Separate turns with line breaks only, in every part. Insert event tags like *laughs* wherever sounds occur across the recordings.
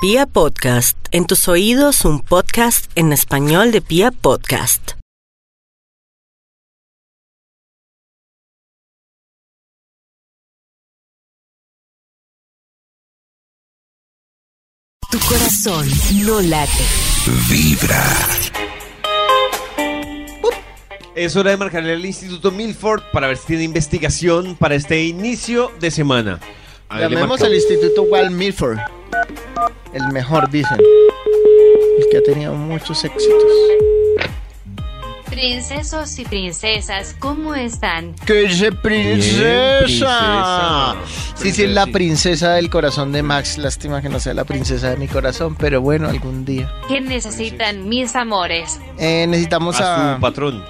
Pia Podcast, en tus oídos un podcast en español de Pia Podcast. Tu corazón no late.
Es hora de marcarle al Instituto Milford para ver si tiene investigación para este inicio de semana. A ver, le
Llamemos
marca-
al Instituto Wal Milford. El mejor, dicen. El que ha tenido muchos éxitos.
Princesos y princesas, ¿cómo están?
¡Que se
princesa.
princesa! Sí, sí, es la
Princesa.
princesa del corazón de Max. Lástima que no sea la princesa de mi corazón, pero bueno, algún día.
¿Qué necesitan mis amores?
Eh, necesitamos
a
a,
su patrón.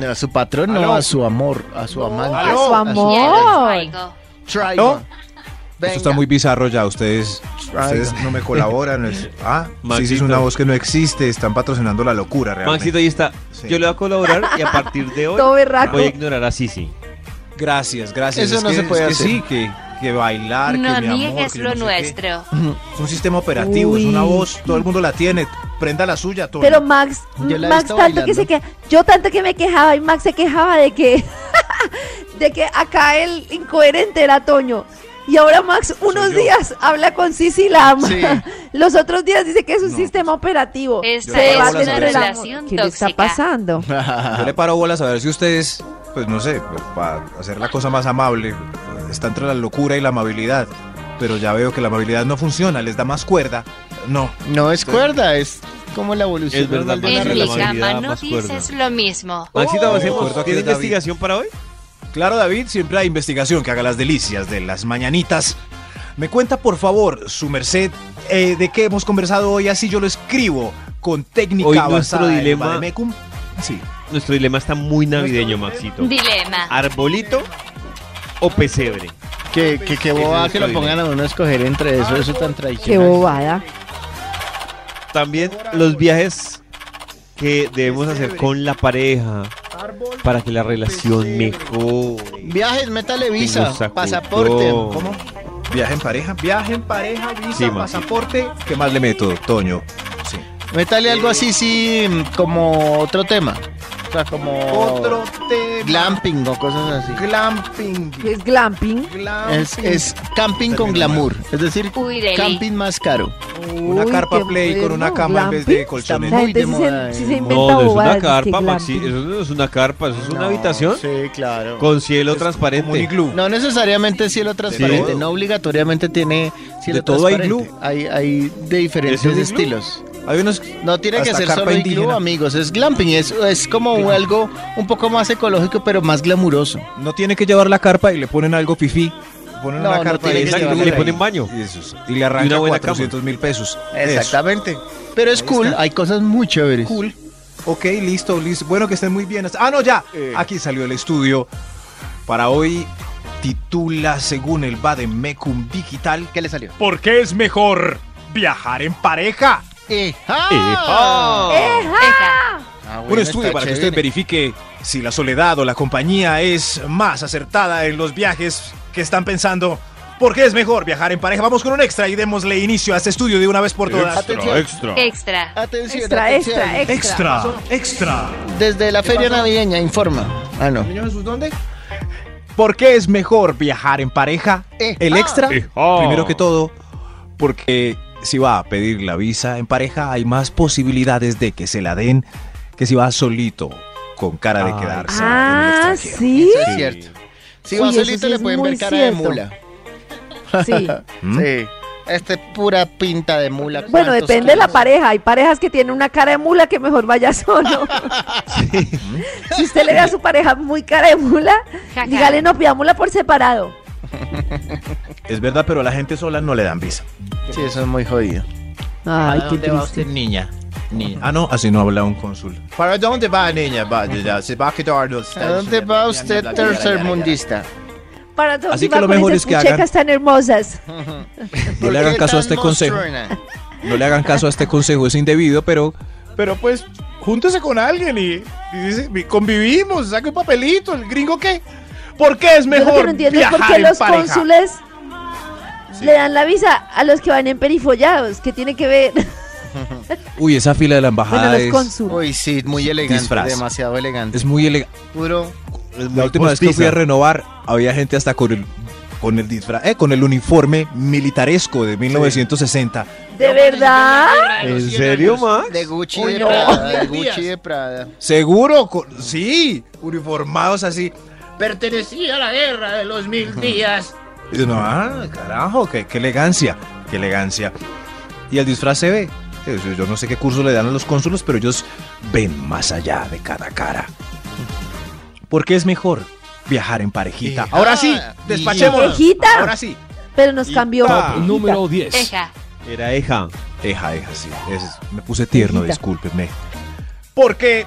no, a su patrón, no,
¿Aló?
a su amor, a su amante.
¿Aló?
A su amor.
Ya los
Amor.
traigo.
Traigo. Venga.
Esto está muy bizarro ya, ustedes,
Ay,
ustedes no me colaboran. *laughs* es- ah, sí, sí, es
Maxito.
una voz que no existe, están patrocinando la locura realmente.
Maxito, ahí está.
Sí.
Yo le voy a colaborar y a partir
*laughs*
de hoy
Todo berraco.
voy a ignorar a Sisi.
Gracias, gracias.
Eso
Es
no
que-
se puede
es que
hacer.
sí, que, que bailar,
No
ah, que mi amor,
niegues
que yo
lo
no sé qué.
nuestro.
Es un sistema operativo, es una
Uy.
voz, todo el mundo la tiene. Prenda la suya, todo.
Pero Max,
Yo la he
Max
visto
tanto que se que yo tanto que me quejaba y Max se quejaba de que *laughs* de que acá el incoherente era Toño. Y ahora Max unos
yo.
días habla con Sisi y la ama.
Sí.
*laughs* Los otros días dice que es un
No.
sistema operativo.
Esta
es
debaten
una
entre la-
relación
¿Qué le está
tóxica.
pasando?
Yo le paro bolas a ver si ustedes, pues no sé, pues, para hacer la cosa más amable, está entre la locura y la amabilidad. Pero ya veo que la amabilidad no funciona, les da más cuerda. No,
*laughs* No es cuerda, es como la evolución
Es verdad,
normal de una
Max,
En mi
relación.
relación.
cama no
Más cuerda.
dices lo mismo.
Maxito,
Oh.
me
avancemos.
acuerdo que
¿Tiene
David-
investigación para hoy?
Claro, David, siempre hay investigación que haga las delicias de las mañanitas. Me cuenta, por favor, su merced, eh, de qué hemos conversado hoy, así yo lo escribo con técnica
Hoy nuestro
avanzada. del
dilema-
Vademecum. Sí.
Nuestro dilema está muy navideño, Maxito.
Ah,
Dilema.
¿Arbolito o pesebre?
Que, que, que boba que lo pongan a uno a escoger entre eso, eso tan tradicional.
Qué bobada.
También los viajes que debemos hacer con la pareja para que la relación mejore.
Viajes, métale visa,
Tengo saco-
pasaporte.
No.
¿Cómo? ¿Viaje en pareja? Viaje en pareja, visa,
Sí, ma.
pasaporte. ¿Qué más le meto, Toño? Sí.
Métale algo así, sí, como otro tema. O sea, como
Otro tema.
glamping o cosas así.
Glamping.
Es glamping.
glamping.
Es, es camping
Término
con glamour, es decir,
Uy, Deli.
camping más caro.
Una
Uy,
carpa
qué
play con una
moderno,
cama en vez
glamping.
de colchones.
La
Muy
gente
de
sí
moda,
se, sí
eh.
se inventa
No, no es
bobadas,
una
es que
carpa, Maxi.
glamping.
Eso no es una carpa, eso es una
No,
habitación
Sí, claro.
con cielo
Como un
transparente.
iglú.
No necesariamente cielo transparente,
todo.
no obligatoriamente tiene cielo
De todo hay
transparente.
glue.
Hay, hay de diferentes
¿Ese es de glue?
estilos.
Hay unos
No tiene que
Hasta
ser
carpa
solo iglú,
indígena.
amigos. Es glamping, es, es como
Glamping.
algo un poco más ecológico, pero más glamuroso.
No tiene que llevar la carpa y le ponen algo fifí. Ponen
No,
una
no
carpa
tiene
y
que
esa
llevar la
grúa ahí.
carpa. Le ponen baño.
Y, eso, y
Y
le
una
arranca
buena
400 mil pesos.
Exactamente. Pero es
Ahí
cool,
está.
hay cosas muy chéveres.
Eso. Cool. Ok, listo, listo. Bueno, que estén muy bien. Ah, no, ya.
Eh.
Aquí salió el estudio. Para hoy titula, según el Bademecum Digital,
¿Qué le salió?
¿Por qué es mejor viajar en pareja?
¡Ejá!
Eja.
Ah, bueno,
Un estudio
está
para que
chévere.
usted verifique si la soledad o la compañía es más acertada en los viajes que están pensando. ¿Por qué es mejor viajar en pareja? Vamos con un extra y démosle inicio a este estudio de una vez por todas.
Atención,
Eh,
Extra.
atención,
Extra,
atención.
extra, extra.
extra.
Desde la feria navideña, informa. Ah, no.
¿dónde? ¿Por qué es mejor viajar en pareja?
Eh,
El
ah.
extra,
Oh.
primero que todo, porque si va a pedir la visa en pareja, hay más posibilidades de que se la den que si va solito con cara de
Ay.
quedarse. en el
Ah,
extranjero.
sí.
Eso es cierto. Si
Uy,
va
eso
solito
sí
le
es
pueden ver
muy
cara de
cierto.
mula.
Sí.
¿Mm?
Sí. Este pura pinta de mula.
Bueno,
¿Cuántos
depende de la
kilos?
pareja. Hay parejas que tienen una cara de mula que mejor vaya *laughs* solo. *laughs* si usted le ve a su pareja muy cara de mula,
Jaja.
dígale, no pidámosla por separado.
Es verdad, pero a la gente sola no le dan visa.
Sí, eso es muy jodido.
Ay, qué
dónde va
triste.
Niña. Niña. Ah, no, así no habla un cónsul.
¿Para dónde va, niña? Va, ya, se va a quedar los...
¿A dónde va usted, tercermundista?
Para todos
Así
mis
que lo
vacunas,
mejor
esas
es que hagan-
puchecas tan hermosas.
No le hagan caso a este consejo. No le hagan caso a este consejo, es indebido, pero
Pero pues, júntese con alguien y, y dice, y convivimos, saque un papelito, el gringo qué. ¿Por qué es
Yo lo que no
mejor
entiendo es por
viajar
qué
en
los
pareja?
cónsules. le dan la visa a los que van en perifollados, que tiene que ver
Uy, esa fila de la embajada
bueno, los
es,
cónsul.
Uy, sí, muy elegante,
Disfraz.
demasiado elegante.
es muy elegante.
Puro.
La última vez que fui a renovar, había gente hasta con el, con el disfraz, eh, con el uniforme militaresco de 1960.
¿De verdad?
¿En serio, Max?
De Gucci
Uy,
de
no.
Prada, de Gucci de Prada.
Seguro, con- sí, uniformados así.
Pertenecí a la guerra de los mil días.
Y uno, ah, carajo, qué, qué elegancia, qué elegancia. Y el disfraz se ve. Yo- yo- Yo no sé qué curso le dan a los cónsulos, pero ellos ven más allá de cada cara. Porque es mejor viajar en parejita.
Ejá.
Ahora sí, despachémonos.
Ejita.
Ahora sí.
Pero nos cambió.
Top
Hijita.
Número 10.
Eja.
Era hija.
Eja, eja, sí. ese es- me puse tierno,
Ejita.
discúlpenme. Porque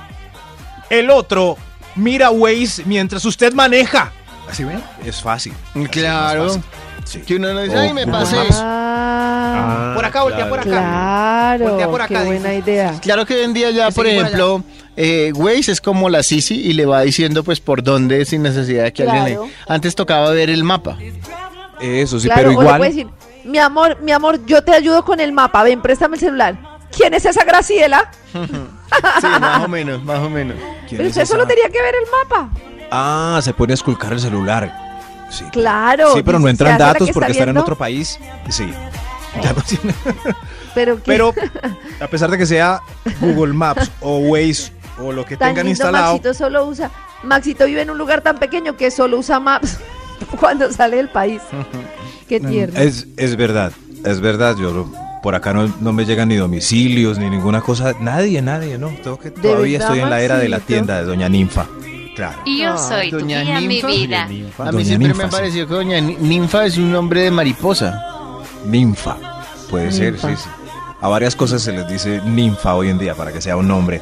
el otro mira Waze mientras usted maneja. ¿Así ven? Es fácil.
Claro.
Es más fácil. Sí.
Que uno no dice, ay, me
Oh,
pasé.
Ah,
Por acá, voltea por acá.
claro.
Voltea por acá,
Qué buena
dice.
idea.
Claro que hoy en día ya,
Ese
por
que por
ejemplo, eh, Waze es como la Sisi y le va diciendo pues por dónde sin necesidad de que alguien
Claro.
le... Antes tocaba ver el mapa.
Eso sí,
claro,
pero
o le
igual.
puedes decir, mi amor, mi amor, yo te ayudo con el mapa. Ven, préstame el celular. ¿Quién es esa Graciela?
Sí, más o menos, más o menos.
¿quién
Pero
es
usted
esa?
solo tenía que ver el mapa.
Ah, se pone a esculcar el celular. Sí.
Claro.
Sí, pero no
dice,
entran
"¿Se hace la
datos
que
porque
está
están en
viendo?". Oh.
otro país. Sí. Ya no
*laughs*
tiene-
Pero, ¿qué?
Pero a pesar de que sea Google
*laughs*
Maps o Waze o lo que
tan
tengan
lindo,
instalado,
Maxito solo usa. Maxito vive en un lugar tan pequeño que solo usa maps *laughs* cuando sale
*laughs*
del país. Qué tierno.
es, es verdad, es verdad. Yo no- por acá no, no me llegan ni domicilios ni ninguna cosa. Nadie, nadie, ¿no? Tengo que, todavía
verdad,
estoy en la era de la
Maxito?
tienda de Doña Ninfa. Claro.
Y yo
Ay,
soy tu
doña
guía, mi
Ninfa.
vida.
A
Doña
mí siempre
Ninfa,
me ha
sí.
parecido que Doña Ni- Ninfa es un nombre de mariposa.
Ninfa. Puede ser,
Ninfa.
sí, sí. A varias cosas se les dice ninfa hoy en día para que sea un nombre.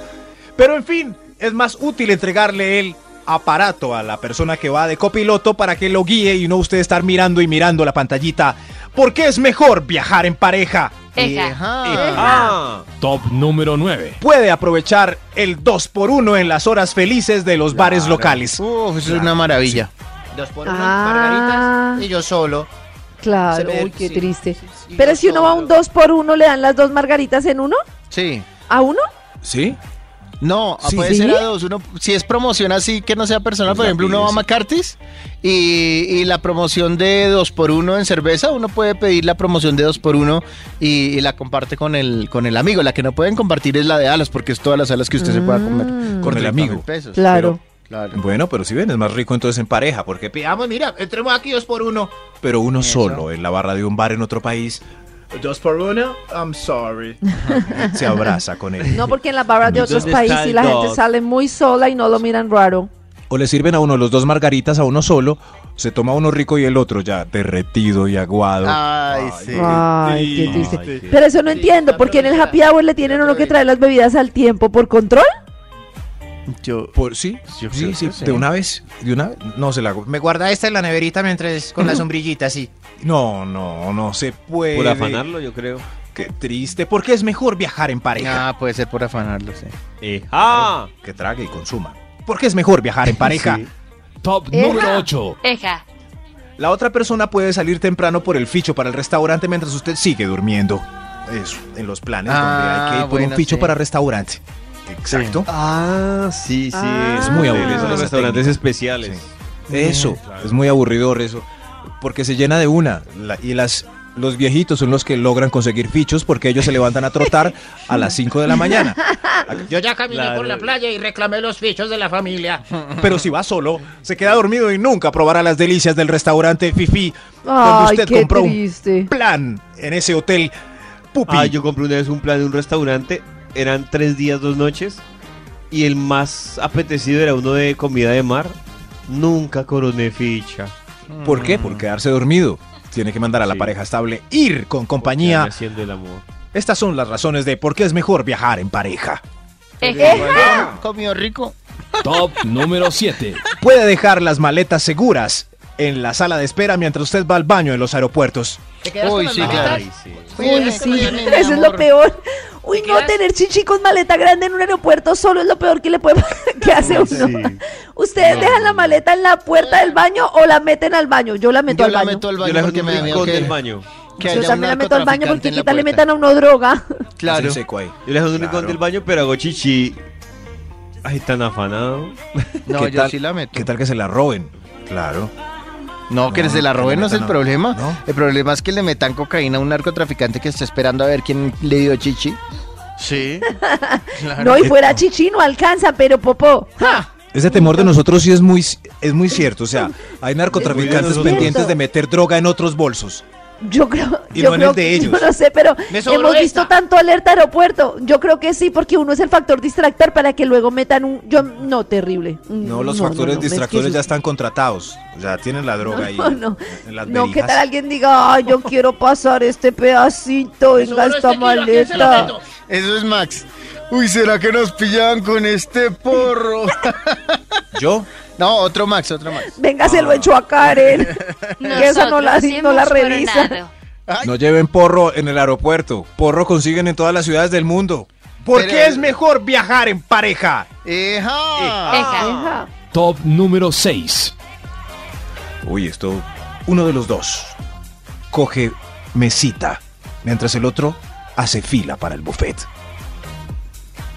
Pero en fin, es más útil entregarle el aparato a la persona que va de copiloto para que lo guíe y no usted estar mirando y mirando la pantallita. Porque es mejor viajar en pareja.
Eja.
Ejá.
Ah,
Top número 9.
Puede aprovechar el 2x1 en las horas felices de los bares locales.
Uf, eso es una maravilla. Dos por uno,
Ah.
margaritas y yo solo. Se
Claro,
ve-
uy, qué
sí,
triste.
sí, sí, sí,
Pero
yo
si uno va a un
solo.
2 por 1 ¿le dan las dos margaritas en uno?
Sí.
¿A uno?
¿Sí?
No,
Sí.
puede
¿Sí?
ser a dos. Uno, si es promoción así que no sea personal, por
Pues la
ejemplo, uno va a
pides.
McCarthy's y, y la promoción de dos por uno en cerveza, uno puede pedir la promoción de dos por uno y, y la comparte con el, con el amigo. La que no pueden compartir es la de alas, porque es todas las alas que usted se pueda comer.
Mm.
Con el amigo.
30.000 pesos.
Claro.
Claro.
Bueno, pero si ven, es más rico entonces en pareja, porque pidamos, mira, entremos aquí dos por uno. Pero uno
Eso.
solo en la barra de un bar en otro país.
Dos por uno, I'm sorry.
se abraza con él.
No, porque en las barras de
¿Dónde
otros
está
países
el
la gente
dog?
sale muy sola y no lo miran raro.
O le sirven a uno los dos margaritas a uno solo, se toma uno rico y el otro ya derretido y aguado.
Ah,
Ay, sí.
Ay, qué triste.
ay, qué-
Pero eso no
Sí,
entiendo,
la
porque en el
prioridad,
happy hour le
la
tienen a uno que
prioridad.
traer las bebidas al tiempo por control.
Yo,
Por, sí,
Yo creo
sí, sí,
que sí.
de una vez, de una vez, no se la hago.
Me guarda esta en la neverita mientras con la sombrillita así.
No, no, no se puede.
Por afanarlo, yo creo.
Qué triste, porque es mejor viajar en pareja.
ah, puede ser por afanarlo, sí.
Ejá.
Que trague y consuma. Porque es mejor viajar en pareja.
Sí.
Top
Eja.
número 8.
Eja.
La otra persona puede salir temprano por el ficho para el restaurante mientras usted sigue durmiendo. Eso, en los planes
Ah,
donde hay que ir por
bueno,
un ficho
sí.
para restaurante. Exacto.
Ah, sí, sí.
Ah.
Es
muy
aburrido
Los
esa
restaurantes
técnica.
especiales.
Eso, es muy aburridor eso, porque se llena de una. la- y las, los viejitos son los que logran conseguir fichos porque ellos se levantan a trotar a las 5 de la mañana. *laughs*
Yo ya caminé
Claro.
por la playa y reclamé los fichos de la familia.
Pero si va solo, se queda dormido y nunca probará las delicias del restaurante Fifi, donde
Ay,
usted
qué
compró
triste.
un plan en ese hotel. Pupi.
Ah, yo compré una vez un plan de un restaurante. Eran tres días, dos noches. Y el más apetecido era uno de comida de mar. Nunca coroné ficha.
¿Por qué? Por quedarse dormido. Tiene que mandar a la
Mm. Sí.
pareja estable, ir con
Porque
compañía.
ande Haciendo el amor.
Estas son las razones de por qué es mejor viajar en pareja.
Eja.
Comió rico.
Top número 7.
Puede dejar las maletas seguras en la sala de espera mientras usted va al baño en los aeropuertos.
¿Te quedas
Uy,
con las
sí,
maletas?
claro.
Ay, Ah, sí.
Uy,
Cuídate,
sí,
cuídate, mi
*laughs* eso es lo
amor.
peor. Uy,
¿Te
no, *laughs*
quedas?
tener chichi con maleta grande en un aeropuerto solo es lo peor que le puede que hace uno. ¿Ustedes dejan la maleta en la puerta del baño o la meten al baño? Yo la meto
Yo
al
la
baño.
meto al
Yo
baño
la dejo
porque
en
me
un
da miedo
rincón
que-
del baño.
que
Yo
haya
también
un
la meto al baño
narcotraficante
porque
en la
quita le
puerta.
metan a uno droga.
Claro.
seco ahí.
Yo le dejo en un
Claro.
rincón del baño, pero hago chichi. Ah, Ay, tan afanado.
No,
¿Qué
yo
tal-
sí la meto.
¿Qué tal que se la roben? Claro.
No, que
No,
se la
que
roben
le
no es el
metan a-
problema.
¿no?
El problema es que le metan cocaína a un narcotraficante que está esperando a ver quién le dio chichi.
Sí.
Ah,
No, y fuera chichi no alcanza, pero popó. ¡ja!
Ese temor de nosotros sí es muy, es muy cierto. O sea, hay narcotraficantes
Muy bien,
pendientes
cierto.
de meter droga en otros bolsos.
Yo creo,
Y
yo
no en
creo
el de
yo
ellos.
*laughs* no sé, pero
Me sobró
hemos visto
esta.
tanto alerta aeropuerto. Yo creo que sí, porque uno es el factor distractor para que luego metan un. Yo no, terrible. Mm,
No, los factores
no, me
distractores ya
excuso.
están contratados. Ya tienen la droga ahí.
No, no.
En las
No, que
verijas.
tal alguien diga, ay, yo quiero pasar este pedacito, venga
Sobró
esta
este kilo, ¿a quién se lo
maleta.
meto?
Eso es Max. Uy, ¿será que nos pillaban con este porro?
Yo,
no, otro Max, otro Max.
Venga, se lo
Ah.
echo a
*laughs*
Karen. que esa no la,
Nosotros
no la
hemos
revisa.
coronado.
no lleven porro en el aeropuerto. Porro consiguen en todas las ciudades del mundo.
¿Por
Pero-
qué es mejor viajar en pareja?
Ah.
¡Eja!
Deja.
Ajá.
Top número 6.
Uy, esto. Uno de los dos coge mesita, mientras el otro hace fila para el buffet.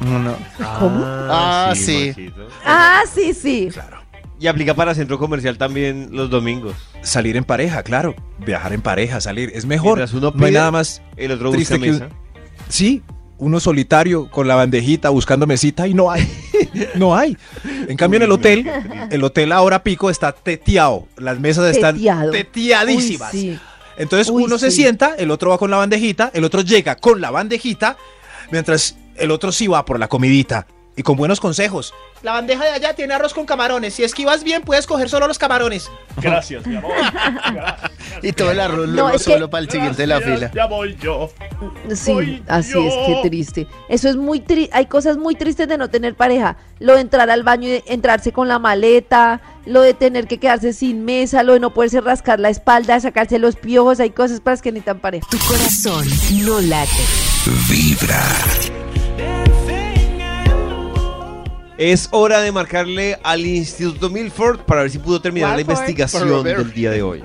No, no.
¿Cómo?
Ah, sí.
Maxito.
Ah, sí, sí.
Claro.
Y aplica para centro comercial también los domingos.
Salir en pareja, claro. Viajar en pareja, salir. Es mejor.
Mientras uno
no hay
pide-
nada más
El otro
Triste
busca
que-
mesa.
Sí, uno solitario con la bandejita buscando mesita y no hay. *laughs* No hay. En cambio, en el hotel, el hotel ahora pico está teteado. Las mesas están
Teteado.
teteadísimas.
Uy, sí.
Entonces
Uy,
uno se
sí.
sienta, el otro va con la bandejita, el otro llega con la bandejita, mientras el otro sí va por la comidita. Y con buenos consejos.
La bandeja de allá tiene arroz con camarones. Si esquivas bien, puedes coger solo los camarones.
Gracias, mi amor.
Y todo el arroz
No,
luego
es que-
solo para el siguiente de la fila.
Ya voy yo.
Sí,
Soy
así es, qué
yo.
triste. Eso es muy triste, hay cosas muy tristes de no tener pareja. Lo de entrar al baño y de entrarse con la maleta, lo de tener que quedarse sin mesa, lo de no poderse rascar la espalda, sacarse los piojos, hay cosas para las que necesitan pareja.
Tu corazón no late.
Es hora de marcarle al Instituto Milford para ver si pudo terminar la
Milford.
investigación
Por ver.
del día de hoy.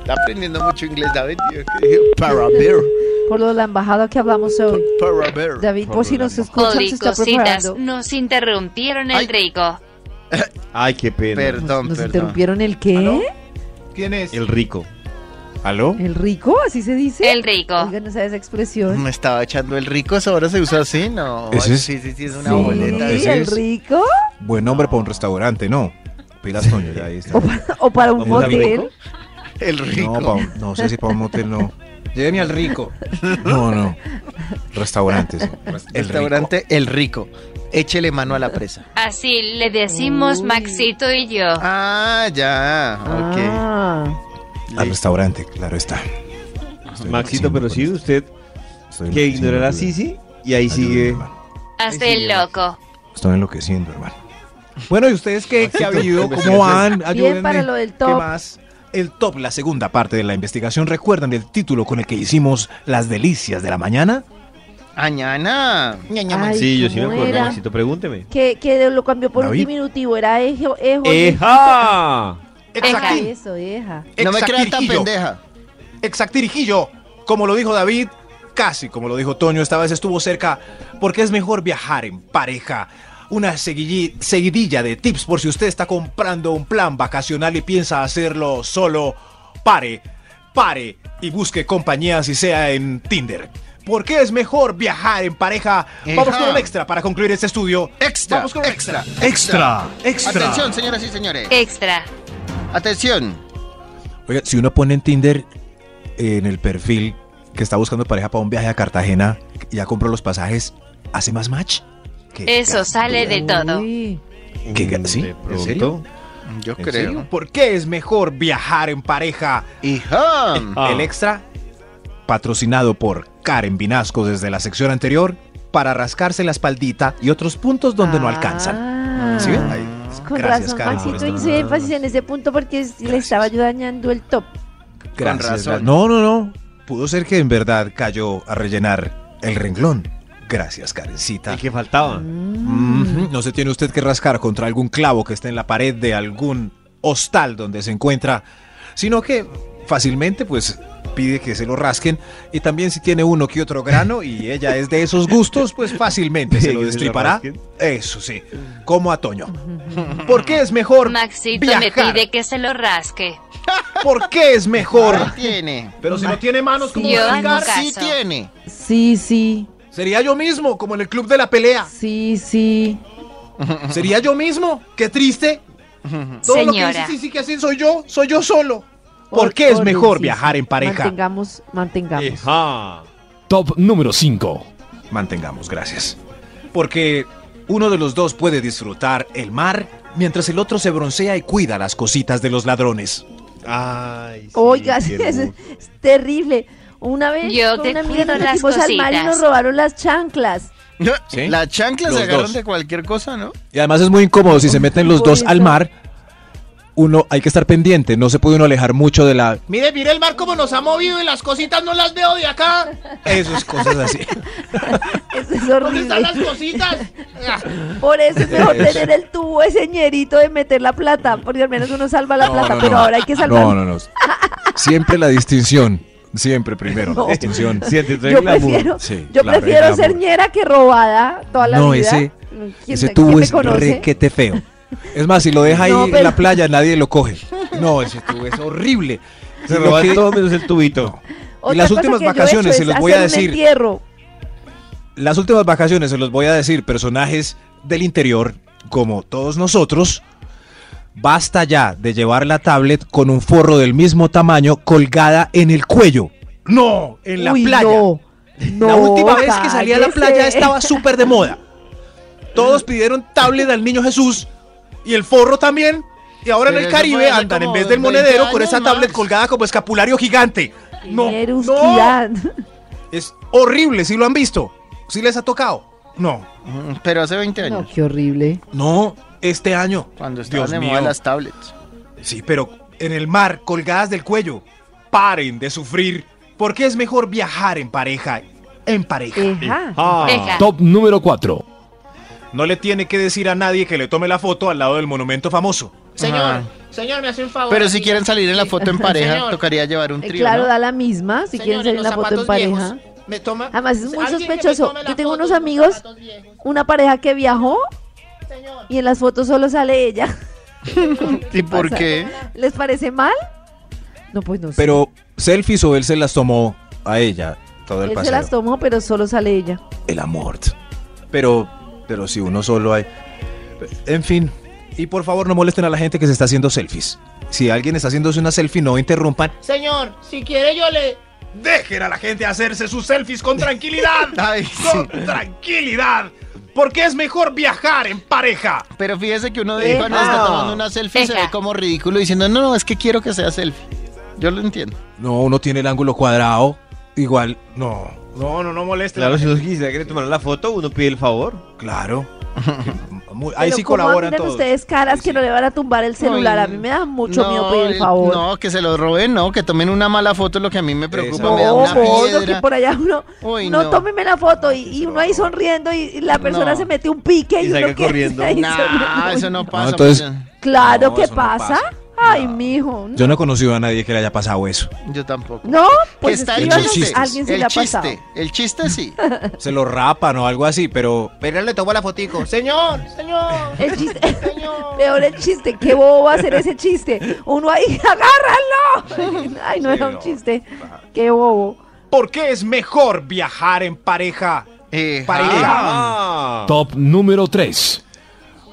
Está aprendiendo mucho inglés, David. tío, que dijo, Para ver,
Por lo de la embajada que hablamos hoy.
para ver.
David, por si nos escuchan, se está
Codicositas,
preparando.
nos interrumpieron
Ay.
el rico.
Ay, qué pena.
Perdón,
¿Nos
perdón.
interrumpieron el qué?
¿Aló?
¿Quién es?
El rico.
¿Aló?
¿El rico? ¿Así se dice?
El rico.
Oigan, no sabe esa expresión.
Me estaba echando el rico, eso ahora se usa así, no.
Ese es-
Sí, sí, sí, es una
Sí,
boleta.
ese
¿El
es.
rico?
Buen nombre para un restaurante, ¿no? Pilas, Toño, ya ahí
*laughs*
está.
¿O para, o para un
¿Vamos al
motel?
El rico.
No, pa' un- no sé si para un motel no. Lléveme al rico. No, no. Restaurantes. El
Restaurante El Rico. Échele mano a la presa.
Así le decimos
Uy.
Maxito y yo.
Ah, ya. Ok.
Ah,
rico. Al restaurante, claro está. Estoy
Maxito,
diciendo,
pero sí, usted
estoy
que
enloqueciendo,
ignorará a
ayúdame.
Sisi y ahí
Ayúdame,
sigue.
hermano.
Hasta el loco.
Estoy enloqueciendo, hermano. Bueno, ¿y ustedes qué, qué ha habido?
investigación.
¿Cómo van?
bien para lo del
¿Qué
top.
más? El top, la segunda parte de la investigación. ¿Recuerdan el título con el que hicimos las delicias de la mañana?
Añana.
Ay,
sí, yo sí me
¿cómo
acuerdo,
era?
Maxito, pregúnteme.
Que, que lo cambió por
David.
un diminutivo, era ejo, ejo.
¡Eja!
Eja.
Eja, Eso, eja.
No me creas tan
Exactirijillo.
pendeja.
Exactirijillo, como lo dijo David, casi como lo dijo Toño, esta vez estuvo cerca, porque es mejor viajar en pareja. Una seguilli- seguidilla de tips por si usted está comprando un plan vacacional y piensa hacerlo solo, pare, pare y busque compañía si sea en Tinder. ¿Por qué es mejor viajar en pareja? Vamos
Ejá.
con un extra para concluir este estudio.
Extra,
Vamos con un extra.
extra,
Extra.
Atención, señoras y señores.
Eh.
Extra.
Atención.
Oiga, si uno pone en Tinder eh, en el perfil que está buscando pareja para un viaje a Cartagena, ya compró los pasajes, ¿hace más match? ¿Qué
Eso
gran
sale
duda.
de todo.
Uy.
¿Qué
Mm,
gan- sí?
de
¿En
pronto.
serio?
Yo
¿En
creo.
serio? ¿Por qué es mejor viajar en pareja?
Hija.
Ah.
El extra, patrocinado por Karen Vinasco desde la sección anterior, para rascarse la espaldita y otros puntos donde no alcanzan.
Ah.
¿Sí ven? Ahí.
Con
Gracias,
razón,
Karen, por
Maxito
esta-
hizo énfasis en ese punto porque es- le
Gracias.
estaba yo dañando el top.
Gracias.
razón.
No, no, no. Pudo ser que en verdad cayó a rellenar el renglón. Gracias, Karencita.
El que faltaba.
Ah.
Mm.
Ujú, No se tiene usted que rascar contra algún clavo que esté en la pared de algún hostal donde se encuentra, sino que fácilmente pues pide que se lo rasquen y también si tiene uno que otro grano y ella es de esos gustos, pues fácilmente se *laughs*
Pide
lo
que se lo
destripará.
rasquen.
Eso sí, como a Toño. ¿Por qué es mejor
Maxito me
viajar?
pide que se lo rasque.
¿Por qué es mejor?
Ahora tiene.
Pero si no tiene manos, ¿cómo
Yo
va a
hago
rascar?
caso.
Sí tiene.
Sí, sí,
Sería yo mismo, como en el club de la pelea.
sí, sí.
Sería yo mismo. Qué triste. Todo lo que dice
Señora,
sí, sí, que así soy yo, soy yo solo. ¿Por qué es
Orden,
mejor
sí,
viajar
sí.
en pareja?
Mantengamos, mantengamos.
Ejá.
Top número 5.
Mantengamos, gracias. Porque uno de los dos puede disfrutar el mar mientras el otro se broncea y cuida las cositas de los ladrones.
Ay, sí,
Oiga, *laughs*
qué
sí, es,
hermoso.
es terrible. Una vez
Yo
con
te
una amiga
cuido
nos
las
metimos al mar y
cositas.
nos robaron
*laughs*
las chanclas.
¿Sí?
Las chanclas
Los
se agarran
dos.
de cualquier cosa, ¿no?
Y además es muy incómodo si se meten los
Por
dos al
eso.
mar. Uno hay que estar pendiente, no se puede uno alejar mucho de la.
Mire, mire el mar como nos ha movido y las cositas no las veo de acá.
Esas cosas
*laughs*
así.
Eso es
¿Dónde están las
horrible.
*laughs*
cositas? Ah,
Por eso es mejor
Eso.
tener el tubo ese ñerito de meter la plata, porque al menos uno salva la
No,
plata,
no,
pero
no.
ahora hay que salvar.
Ah, No, no, no. Siempre la distinción. Siempre primero
No.
la distinción.
Siente todo el
Yo
glamour.
prefiero,
Sí,
yo
la
prefiero
regla,
ser
amor.
ñera que robada toda la
No,
vida.
ese-
¿Quién-
Ese
quién
tubo
me
es
conoce?
requete feo. Es más, si lo deja ahí
No,
en
pero-
la playa, nadie lo coge. No, ese tubo es horrible.
Se
Lo
roban
que-
todo menos el tubito.
Otra
las
cosa
últimas
que yo he
vacaciones,
hecho
se
es
los voy a
hacer un
decir.
entierro.
Las últimas vacaciones, se los voy a decir, personajes del interior, como todos nosotros, basta ya de llevar la tablet con un forro del mismo tamaño colgada en el cuello. No, en la
Uy,
playa.
no,
la
no,
última vez que salí a la playa
cállese.
estaba súper de moda. Todos pidieron tablet al niño Jesús y el forro también. Y ahora en
Pero
el
eso fue
Caribe
hace
andan en
como
vez del
20
monedero con
años
esa
más.
tablet colgada como escapulario gigante. No, no,
Ñerusquidad.
es horrible si lo han visto, si les ha tocado. No,
Mm, Pero hace 20
*laughs* No,
años,
qué horrible.
no, este año.
cuando estaban
Dios
de moda
mío.
las tablets.
Sí, pero en el mar, colgadas del cuello. Paren de sufrir, porque es mejor viajar en pareja, en pareja.
Ejá.
Ah.
deja.
Top número 4.
No le tiene que decir a nadie que le tome la foto al lado del monumento famoso.
Señor,
Ajá.
señor, me hace un favor.
Ah. Pero si
aquí.
quieren salir en la foto
*laughs*
en pareja,
Señor.
tocaría llevar un
Eh,
trío,
claro,
¿no?
da la misma si quieren
Señor,
salir
los
la foto en
zapatos
pareja.
viejos. Me toma.
Además, es muy
Alguien que me
sospechoso.
tome la
Yo tengo
foto
unos
con
amigos-
zapatos viejos.
Una pareja que viajó
Señor.
y en las fotos solo sale ella.
¿Y por
pasa?
qué?
¿Les parece mal? No, pues no sé.
Pero selfies o él se las tomó a ella todo el
Él se
paseo.
las tomó, pero solo sale ella.
El amor. Pero, pero si uno solo hay. En fin. Y por favor no molesten a la gente que se está haciendo selfies. Si alguien está haciéndose una selfie, no interrumpan.
Señor, si quiere yo le...
Dejen a la gente hacerse sus selfies con *laughs* tranquilidad.
Ay, sí.
tranquilidad. Porque es mejor viajar en pareja.
Pero fíjese que uno de
Eh,
ellos cuando
Eja.
está tomando una selfie se ve
Eja.
como ridículo diciendo, no, no, es que quiero que sea selfie. Yo lo entiendo.
No, uno tiene el ángulo cuadrado. Igual, no. No, no, no molesten.
Claro, si uno quisiera que le tomaran la foto, uno pide el favor.
Claro. Muy- ahí
Pero
sí
¿cómo
colaboran
miran
todos.
ustedes caras
Sí,
que
sí.
no le van a tumbar el celular? A mí me da mucho miedo pedir el
eh,
favor.
No, que se lo roben, no, que tomen una mala foto, lo que a mí me preocupa,
Exacto.
me da
No,
una
gordo, que
piedra.
por allá uno.
Uy,
no,
no.
tómeme la foto y, y uno ahí sonriendo y, y la persona
No.
se mete un pique
Y
y, uno
salga
*laughs* queda
corriendo.
ahí
Nah,
sonriendo.
eso no pasa.
entonces-
pues,
Claro
No,
que
eso no
pasa.
pasa.
Ay,
No.
mijo.
Yo no he conocido a nadie que le haya pasado eso.
yo tampoco.
No, pues
que está
es
el
que iba a-
chiste.
alguien se
el
le ha
chiste.
pasado.
El chiste
*laughs*
sí.
Se lo rapan o algo así, pero
Pero le tomó la fotico. Señor, señor,
El chiste.
señor.
*laughs* Peor el chiste, qué bobo va a ser ese chiste. Uno ahí, *laughs* agárralo. Ay, no
Sí,
era un
no.
chiste. Qué bobo.
¿por qué es mejor viajar en pareja?
Eh,
Pareja.
Ah.
Top número 3.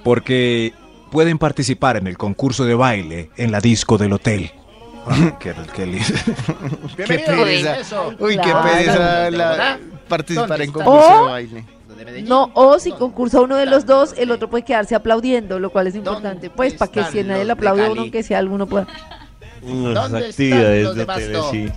Porque pueden participar en el concurso de baile en la disco del hotel. Ah, qué- qué lindo.
Qué
Bienvenido.
pereza.
Eso.
Uy,
Claro.
qué pereza la-
¿Verdad?
participar
¿Dónde
en
está?
concurso
Oh.
de baile.
No, o si concursa uno de los dos, el otro puede quedarse aplaudiendo, lo cual es importante. Pues para que si nadie le aplaude a uno, que sea alguno pueda.
Unas
¿Dónde están
actividades
los
de
demás
hoteles,
dos?
sí.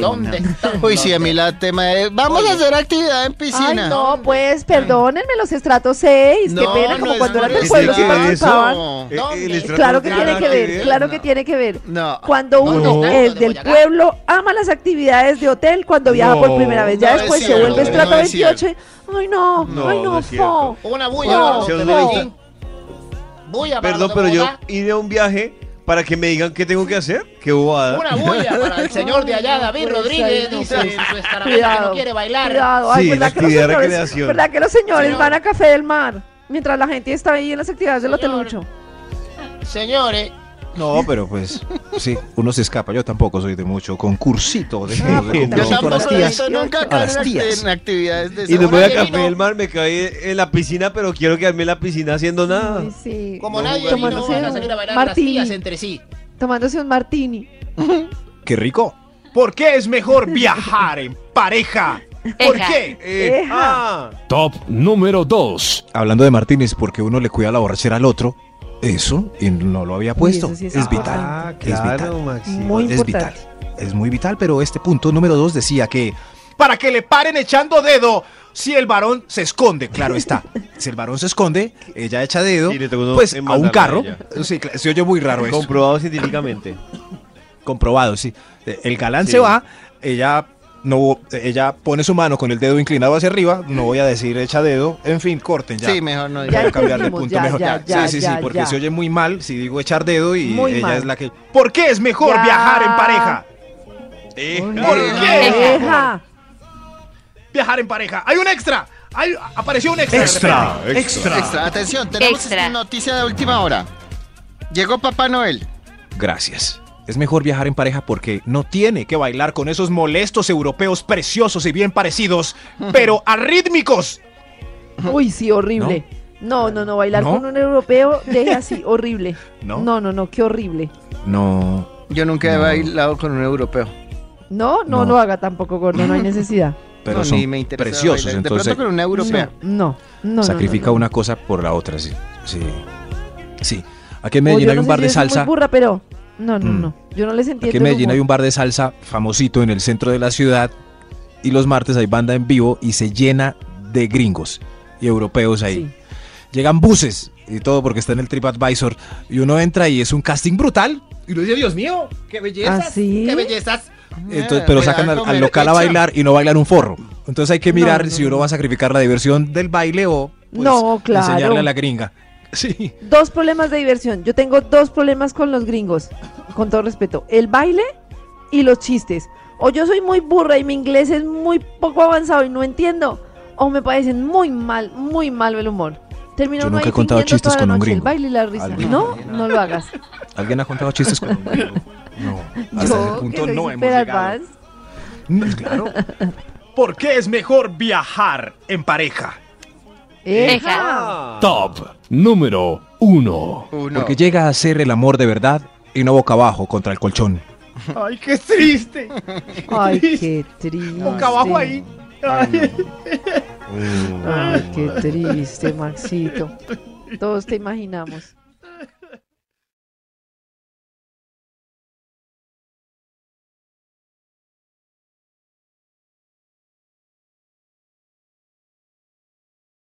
¿Dónde está?
Uy, sí, a mí la tema es, vamos a hacer actividad en
Ay,
piscina.
no, pues, perdónenme, los estratos 6, qué
No,
pena,
no
como
es
cuando eran
bueno,
del pueblo que
es que eso-
participaban.
No.
Eh, el estrato
Claro
no
que
tiene
tiene
nada
que ver, claro
no.
que tiene que ver.
No.
Cuando uno
no,
es
de
del
Boyacá.
pueblo, ama las actividades de hotel cuando viaja por primera vez. Ya
No es
después se
cierto,
vuelve estrato
no es
28 y, ay no,
No,
ay no,
no es cierto.
fo.
Una bulla. para los
Seas
de
bonita.
Medellín. Bulla para
Perdón,
los de
pero yo
Bogotá.
iré a un viaje para que me digan qué tengo que hacer. Qué bobada.
Una bulla para el señor de allá, David
Pues,
Rodríguez,
ahí no,
dice
pues.
en su estarapeta que
Cuidado,
no quiere bailar.
cuidado. Ay,
Sí,
¿verdad,
la
que los
actividad de
señores,
recreación.
¿verdad que los señores
Señor.
van a Café del Mar? Mientras la gente está ahí en las actividades del
Señor.
hotelucho.
Señores,
No, pero pues, sí, uno se escapa. Yo tampoco soy de mucho concursito. De, de
Yo
Yo
concursito a
tampoco
las
lo he
tías.
visto nunca
A las
caer en
tías.
act- en actividades de
Y no
esas.
me voy a
Seguro que
Café
vino.
del Mar, me caí en la piscina, pero quiero quedarme en la piscina haciendo nada.
Ay, sí.
como
No,
nadie
bueno.
vino, van a
Tomándose
salir a bailar
Martini.
las tías entre sí.
Tomándose un martini.
Qué rico.
¿Por qué es mejor viajar en pareja? ¿Por
Eja.
qué?
Eh,
Eja.
ah,
Top número 2.
Hablando de Martínez, porque uno le cuida la borrachera al otro. Eso, y no lo había puesto.
eso sí es
es,
importante.
vital.
ah,
Es
claro,
vital.
Maxi.
Muy
es vital.
importante.
Es muy vital, pero este punto número 2 decía que
Para que le paren echando dedo si el varón se esconde.
Claro está. *laughs* Si el varón se esconde, ella echa dedo,
Sí, le tocó uno
pues a
mandarla
un
a
carro.
ella.
Sí, cla- se oye
*laughs*
muy raro eso.
Comprobado científicamente.
Comprobado, sí. Eh, El galán
Sí.
se va, ella no, ella pone su mano con el dedo inclinado hacia arriba. No voy a decir echa dedo. En fin, corten ya.
Sí, mejor no.
Ya
Voy a cambiar de
entendimos,
punto
ya,
mejor.
ya, ya,
sí, sí,
ya,
sí, porque
ya.
se oye muy mal si digo echar dedo y
Muy
ella
mal.
es la que.
¿Por qué es mejor
Ya.
viajar en pareja?
Eja.
¿Por qué?
Eja.
Viajar en pareja. Hay un extra. Hay- apareció un extra.
Extra,
de repente.
extra.
Extra, atención, tenemos
Extra.
noticia de última hora. Llegó Papá Noel.
Gracias. Es mejor viajar en pareja porque no tiene que
que bailar con esos molestos europeos preciosos y bien parecidos, pero arrítmicos.
Uy, sí, horrible. No, no, no, bailar
¿No?
con un europeo deje así, horrible.
¿No?
no, no, no, qué horrible.
No.
Yo nunca he
No.
bailado con un europeo.
No, no,
No.
lo haga tampoco, gordo, no hay necesidad.
Pero
No,
son
ni me interesa
preciosos,
bailar.
entonces.
De pronto con una europea.
No, no, no, no.
sacrifica
no, no.
una cosa por la otra, sí. Sí. Sí. Aquí en
O
Medellín
yo
hay
no
un
sé
bar
si
de
yo soy muy
salsa.
burra, pero no, no,
Mm.
no. Yo no les entiendo.
Aquí en
el
Medellín hay
humor.
un bar de salsa famosito en el centro de la ciudad. Y los martes hay banda en vivo y se llena de gringos y europeos ahí.
Sí.
Llegan buses y todo porque está en el TripAdvisor. Y uno entra y es un casting brutal.
Y uno dice, Dios mío, qué bellezas.
¿Ah, sí?
Qué bellezas.
Eh,
Entonces,
Ah,
pero
me
sacan
dan
al, al
comer
local a
hecha.
bailar y no bailan un forro. Entonces hay que
No,
mirar
no,
si
no,
uno
no.
va a sacrificar la diversión del baile o pues,
No, claro.
enseñarle a la gringa. *laughs* Sí.
Dos problemas de diversión. Yo tengo dos problemas con los gringos, con todo respeto. El baile y los chistes. O yo soy muy burra y mi inglés es muy poco avanzado y no entiendo. O me parecen muy mal, muy mal el humor. Termino
Yo
uno
nunca
ahí
he contado
fingiendo
chistes
toda la
con un
noche el
gringo.
baile y la risa.
Alguien.
No, no lo
*laughs*
hagas.
¿Alguien ha contado chistes con un gringo? No, hasta
Yo,
ese punto
que soy
no hemos
super
llegado.
advanced.
Mm, Claro.
¿Por qué es mejor viajar en pareja?
Eja.
Ah.
Top número 1.
Uno.
Porque llega a ser el amor de verdad y no boca abajo contra el colchón.
Ay, qué triste.
Ay,
*laughs*
qué triste.
Boca abajo ahí. Ay,
Ay, qué triste, Maxito. Todos te imaginamos.